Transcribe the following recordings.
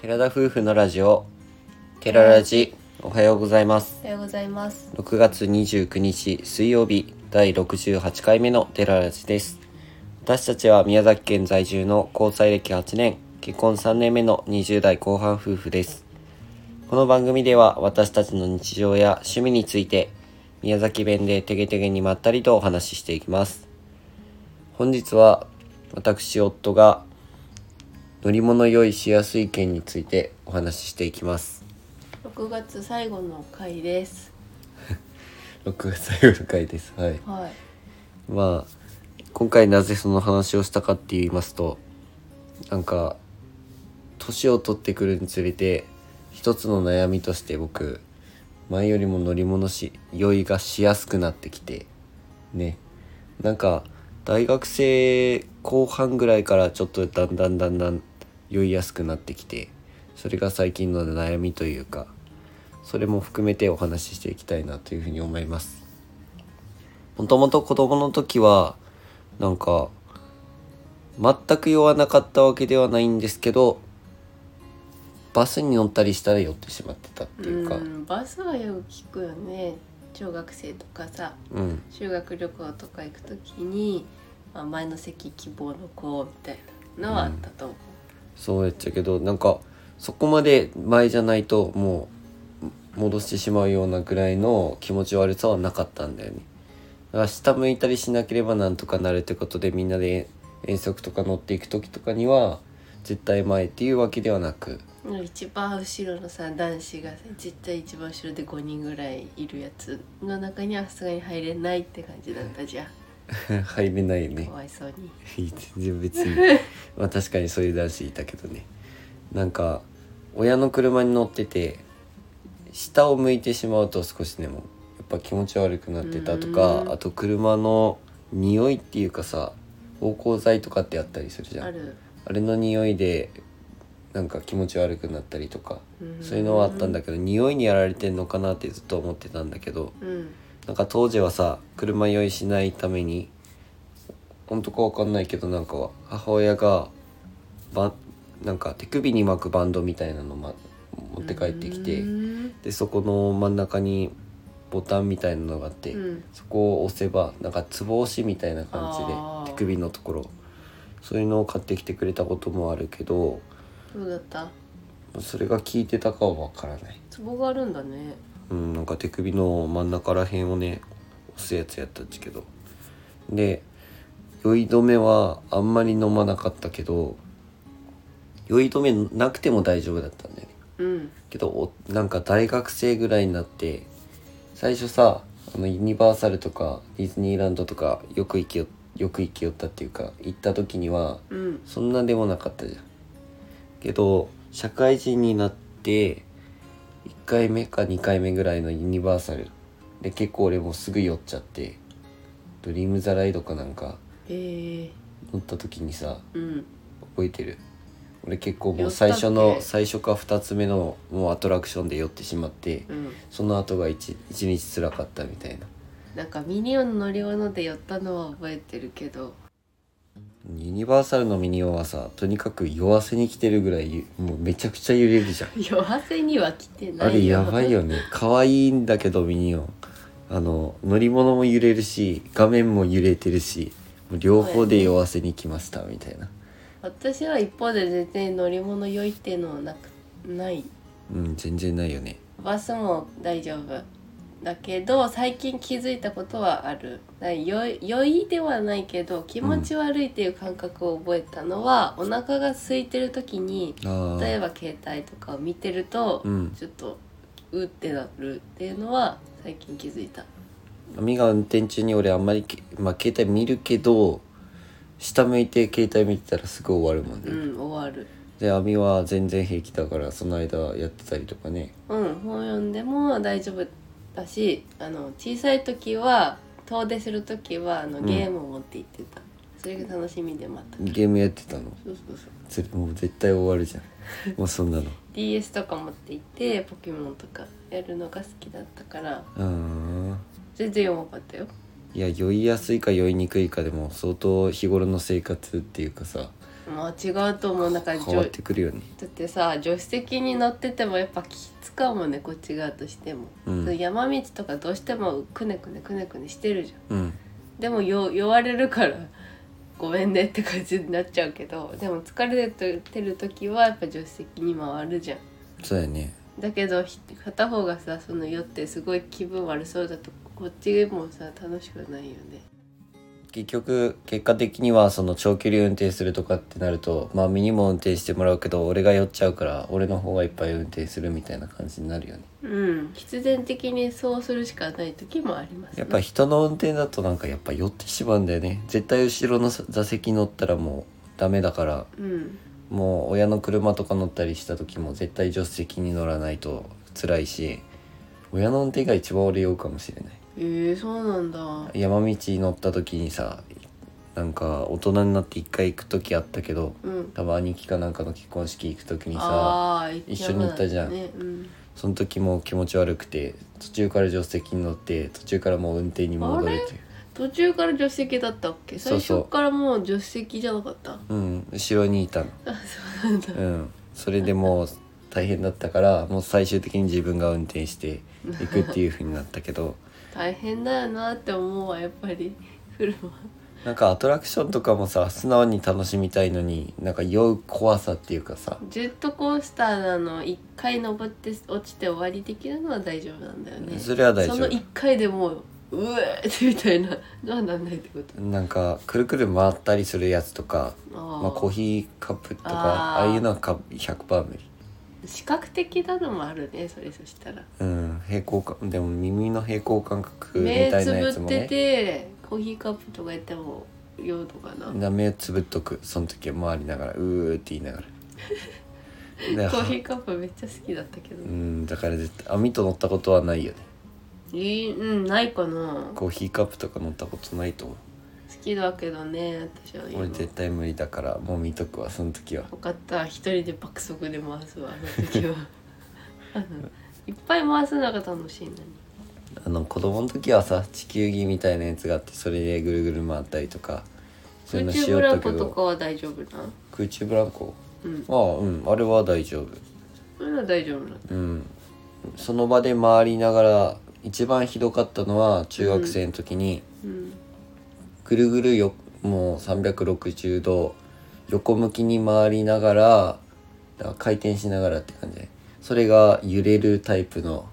寺田夫婦のラジオ寺ラジおはようございますおはようございます。 6月29日水曜日第68回目の寺ラジです私たちは宮崎県在住の交際歴8年結婚3年目の20代後半夫婦ですこの番組では私たちの日常や趣味について宮崎弁でてげてげにまったりとお話ししていきます本日は私夫が乗り物用意しやすい件についてお話ししていきます6月最後の回です。 6月最後の回ですはいはい。まあ今回なぜその話をしたかって言いますとなんか年を取ってくるにつれて一つの悩みとして僕前よりも乗り物し酔いがしやすくなってきてねなんか大学生後半ぐらいからちょっとだんだんだんだん酔いやすくなってきてそれが最近の悩みというかそれも含めてお話ししていきたいなというふうに思います。もともと子供の時はなんか全く酔わなかったわけではないんですけどバスに乗ったりしたら酔ってしまってたっていうかん、バスはよく聞くよね。小学生とかさ、うん修学旅行とか行くときに、まあ、前の席希望の子みたいなのはあったと思そうやっちゃけどなんかそこまで前じゃないともう戻してしまうようなぐらいの気持ち悪さはなかったんだよねだから下向いたりしなければなんとかなるってことでみんなで遠足とか乗っていく時とかには絶対前っていうわけではなく う。一番後ろのさ男子がさちっちゃい一番後ろで5人ぐらいいるやつの中にはさすがに入れないって感じだったじゃん、入れないよねかわいそうにいや全然別 にまあ確かにそういう男子いたけどねなんか親の車に乗ってて下を向いてしまうと少しでもやっぱ気持ち悪くなってたとうかんあと車の匂いっていうかさ芳香剤とかってあったりするじゃんあある、れの匂いでなんか気持ち悪くなったりとかんそういうのはあったんだけど匂いにやられてんのかなってずっと思ってたんだけどうんなんか当時はさ車酔いしないために本当かわかんないけどなんか母親がバンなんか手首に巻くバンドみたいなのま持って帰ってきてうんでそこの真ん中にボタンみたいなのがあって、うんそこを押せばなんかつぼ押しみたいな感あじーで手首のところそういうのを買ってきてくれたこともあるけどどうだったそれが効いてたかはわからない。ツボがあるんだねうん、なんか手首の真ん中らへんをね押すやつやったんですけどで酔い止めはあんまり飲まなかったけど酔い止めなくても大丈夫だったんだよねうんけどおなんか大学生ぐらいになって最初さあのユニバーサルとかディズニーランドとかよく行きよよく行きよったっていうか行った時にはうんそんなでもなかったじゃんけど社会人になって1回目か2回目ぐらいのユニバーサルで結構俺もすぐ酔っちゃってドリーム・ザ・ライドかなんかえ乗った時にさー、うん覚えてる俺結構もう酔ったっけ最初の最初か2つ目のもうアトラクションで酔ってしまってうんその後が 1, 一日辛かったみたいななんかミニオンの乗り物で寄ったのは覚えてるけ どユニバーサルのミニオンはさとにかく酔わせに来てるぐらいもうめちゃくちゃ揺れるじゃん酔わせには来てなあれいよやばいよね可愛いんだけどミニオンあの乗り物も揺れるし画面も揺れてるしもう両方で酔わせに来ましたみたいな、私は一方で全然乗り物酔いっていうのはなくないうん全然ないよねバスも大丈夫だけど最近気づいたことはあるだから酔い酔いではないけど気持ち悪いっていう感覚を覚えたのは、お腹が空いてる時にあ例えあば携帯とかを見てると、うんちょっとうってなるっていうのは最近気づいたみが運転中に俺あんまりけまあ携帯見るけど下向いて携帯見てたらすぐ終わるもんね、うん終わるでアミは全然平気だからその間やってたりとかねうん本読んでも大丈夫だしあの小さい時は遠出する時はあのんゲームを持って行ってた、それが楽しみでもあったゲームやってたのそうそうそうそれもう絶対終わるじゃんもうそんなの DS とか持って行ってポケモンとかやるのが好きだったからうん全然読まなかったよいや酔いやすいか酔いにくいかでも相当日頃の生活っていうかさまあ違うと思うなんか変わっじょてくるよねだってさ助手席に乗っててもやっぱきつかもねこっち側としても、うんその山道とかどうしてもくねくねくねくねしてるじゃんうんでもよ酔われるからごめんねって感じになっちゃうけどでも疲れてる時はやっぱ助手席に回るじゃんそうやねだけどひ片方がさその酔ってすごい気分悪そうだとこっちもさ楽しくないよね結局結果的にはその長距離運転するとかってなるとまあミニも運転してもらうけど俺が酔っちゃうから俺の方がいっぱい運転するみたいな感じになるよねうん必然的にそうするしかない時もありますねやっぱ人の運転だとなんかやっぱ酔ってしまうんだよね絶対後ろの座席乗ったらもうダメだからうんもう親の車とか乗ったりした時も絶対助手席に乗らないと辛いし親の運転が一番俺酔うかもしれないえー、そうなんだ山道乗った時にさなんか大人になって一回行く時あったけどうん多分兄貴かなんかの結婚式行く時にさああー一緒に行ったじゃんねうん、その時も気持ち悪くて途中から助手席に乗って途中からもう運転に戻るという途中から助手席だったっけそ最うそう初からもう助手席じゃなかった うん後ろにいたのあそうなんだうんそれでもう大変だったからもう最終的に自分が運転していくっていう風になったけど大変だよなって思うわやっぱり 車なんかアトラクションとかもさ素直に楽しみたいのになんか酔う怖さっていうかさジェットコースターなの1回登って落ちて終わりできるのは大丈夫なんだよねそれは大丈夫その1回でもううえーみたいな のはなんないってことなんかくるくる回ったりするやつとかあー、まあ、コーヒーカップとかああーあいうのはか100%無理視覚的なのもあるねそれそしたらうん平行感でも耳の平行感覚み目たいつなやつぶっもてねてコーヒーカップとかやっても用途かなな目つぶっとくその時は回りながらうーって言いなが らでコーヒーカップめっちゃ好きだったけど、うんだから絶対網と乗ったことはないよねえーうんないかなコ好ーヒーカップとか乗ったことないと思きだけどね私はう俺絶対無理だからもう見とくわその時は分かった一人で爆速で回すわあの時は あのいっぱい回すのが楽しいのにあの子供の時はさ地球儀みたいなやつがあってそれでぐるぐる回ったりとかそういうの空中しブよラったンけコとどかは大丈夫な空中ブランコうんああうんあれは大丈夫そういうのは大丈夫なうん、その場で回りながら一番ひどかったのは中学生の時にうんぐるぐるよもう360度横向きに回りながらだから回転しながらって感じでそれが揺れるタイプの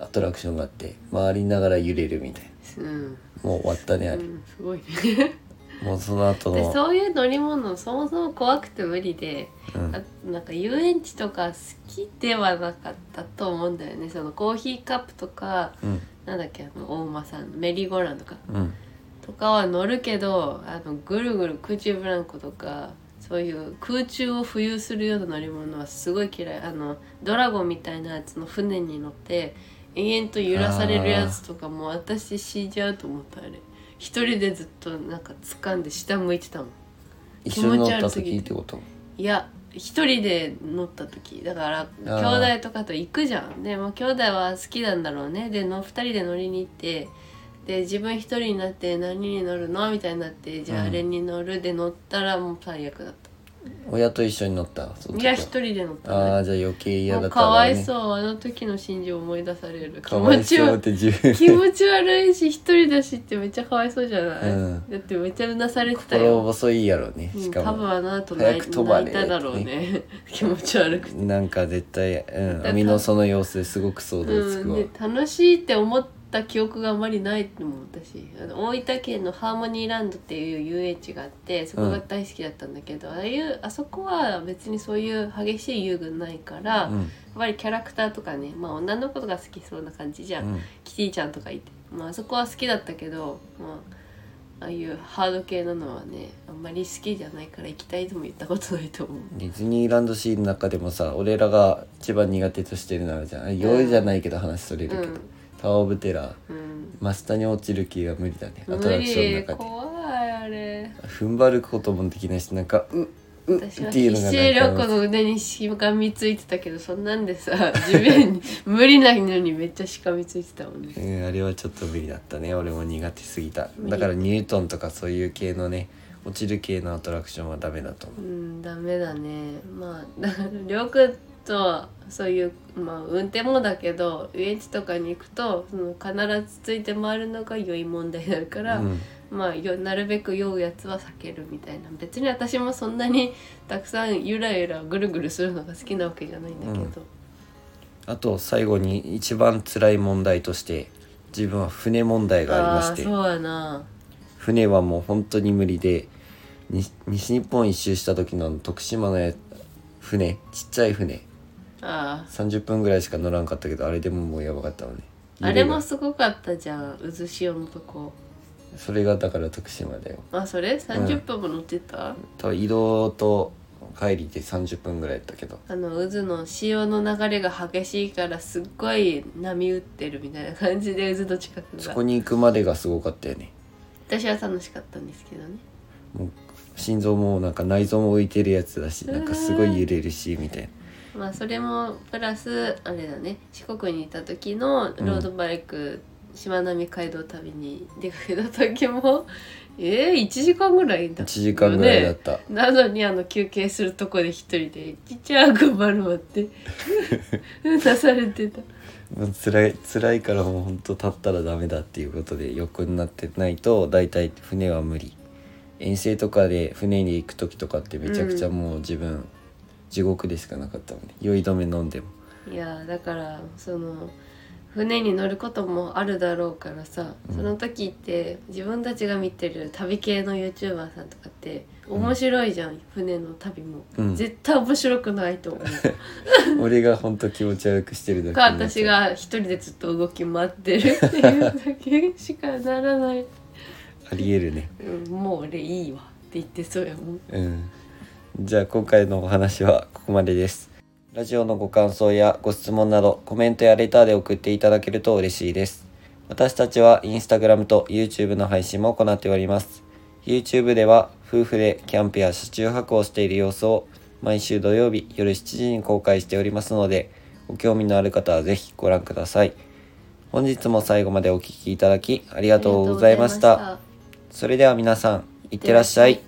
アトラクションがあって回りながら揺れるみたいなうん、もう終わったねあうれん、すごいねもうその後 でのそういう乗り物そもそも怖くて無理でうんあなんか遊園地とか好きではなかったと思うんだよねそのコーヒーカップとかうんなんだっけあの大馬さんメリーゴーランドかうんとかは乗るけどあのぐるぐる空中ブランコとかそういう空中を浮遊するような乗り物はすごい嫌いあのドラゴンみたいなやつの船に乗って延々と揺らされるやつとかもう私死んじゃうと思ったあれ一人でずっとなんか掴んで下向いてたもん一緒に乗っ気持ちた悪すぎ時てってこといや一人で乗った時だからー兄弟とかと行くじゃんでも兄弟は好きなんだろうねでの二人で乗りに行ってで自分一人になって何に乗るのみたいになってじゃあうんあれに乗るで乗ったらもう最悪だっ親と一緒に乗ったそたのい時はや一人で乗ったねああじゃあ余計嫌もだうったろかうわいねそうあの時の心情思い出される気かわ持いちそうはって自分気持ち悪いし一人だしってめっちゃかわいそうじゃない、うんだってめっちゃうなされてた心よ細いやろねうんしか多分も、あの後泣い早く飛ば泣れいただろうね 気持ち悪くてなんか絶対、うだん、から網のその様子ですごく想像つうくん、わ、で楽しいって思った記憶があまりないと思ったしあの大分県のハーモニーランドっていう遊園地があってそこが大好きだったんだけど、ああいうあそこは別にそういう激しい遊具ないから、うやっんぱりキャラクターとかね、まあ、女の子とか好きそうな感じじゃ、うんんキティちゃんとかいて、まああそこは好きだったけど、まあ、ああいうハード系なのはねあんまり好きじゃないから行きたいとも言ったことないと思う。ディズニーランドシーンの中でもさ俺らが一番苦手としてるのあるじゃんあれ容易じゃないけど話それるけど、タワー・オブ・テラーうん真下に落ちる系が無理だねア無トラクション理の中で怖いあれ踏ん張ることもできないしなんかううって私はいう必のが死で涼なん子かの腕にしがみついてたけどそんなんで さ地面に無理ないのにめっちゃしがみついてたもんねうん、あれはちょっと無理だったね俺も苦手すぎただからニュートンとかそういう系のね落ちる系のアトラクションはダメだと思うんダメだねまあ だりょうくんとはそういう、まあ、運転もだけど遊園地とかに行くとその必ずついて回るのが良い問題になるから、う、うん、まあよなるべく酔うやつは避けるみたいな別に私もそんなにたくさんゆらゆらぐるぐるするのが好きなわけじゃないんだけど、あと最後に一番辛い問題として自分は船問題がありまあしーてそうやな船はもう本当に無理でに西日本一周した時のあの徳島のや船ちっちゃい船あ30分ぐらいしか乗らんかったけどあれでももうやばかったわねーあれも揺がすごかったじゃん渦潮のとこそれがだから徳島だよあそれ30分も乗ってた、多分移動と帰りで30分ぐらいだったけどあの渦の潮の流れが激しいからすっごい波打ってるみたいな感じで渦の近くそがこに行くまでがすごかったよね私は楽しかったんですけどねもう心臓もなんか内臓も浮いてるやつだしなんかすごい揺れるしみたいなまあそれもプラスあれだね四国にいた時のロードバイク、しまなみ海道旅に出かけた時もえー、1時間ぐらいだ1時間ぐらいだっねた、なのにあの休憩するとこで一人でちっちゃく丸まって 出されてたもう辛い辛いからもうほんと立ったらダメだっていうことで横になってないと大体船は無理遠征とかで船に行く時とかってめちゃくちゃもう自分、地獄でしかなかったもんね酔い止め飲んでもいやーだからその船に乗ることもあるだろうからさ、うんその時って自分たちが見てる旅系の YouTuber さんとかって面白いじゃん、船の旅も、うん絶対面白くないと思う俺がほんと気持ち悪くしてるだけにかなっちゃう私が一人でずっと動き回ってるっていうだけしかならない、ありえるねうん、もう俺いいわって言ってそうやもんうんじゃあ今回のお話はここまでですラジオのご感想やご質問などコメントやレターで送っていただけると嬉しいです私たちはインスタグラムと YouTube の配信も行っております YouTube では夫婦でキャンプや車中泊をしている様子を毎週土曜日夜7時に公開しておりますのでご興味のある方はぜひご覧ください本日も最後までお聴きいただきありあがとうございましたりがとうございまそれでは皆さんいってらっしゃい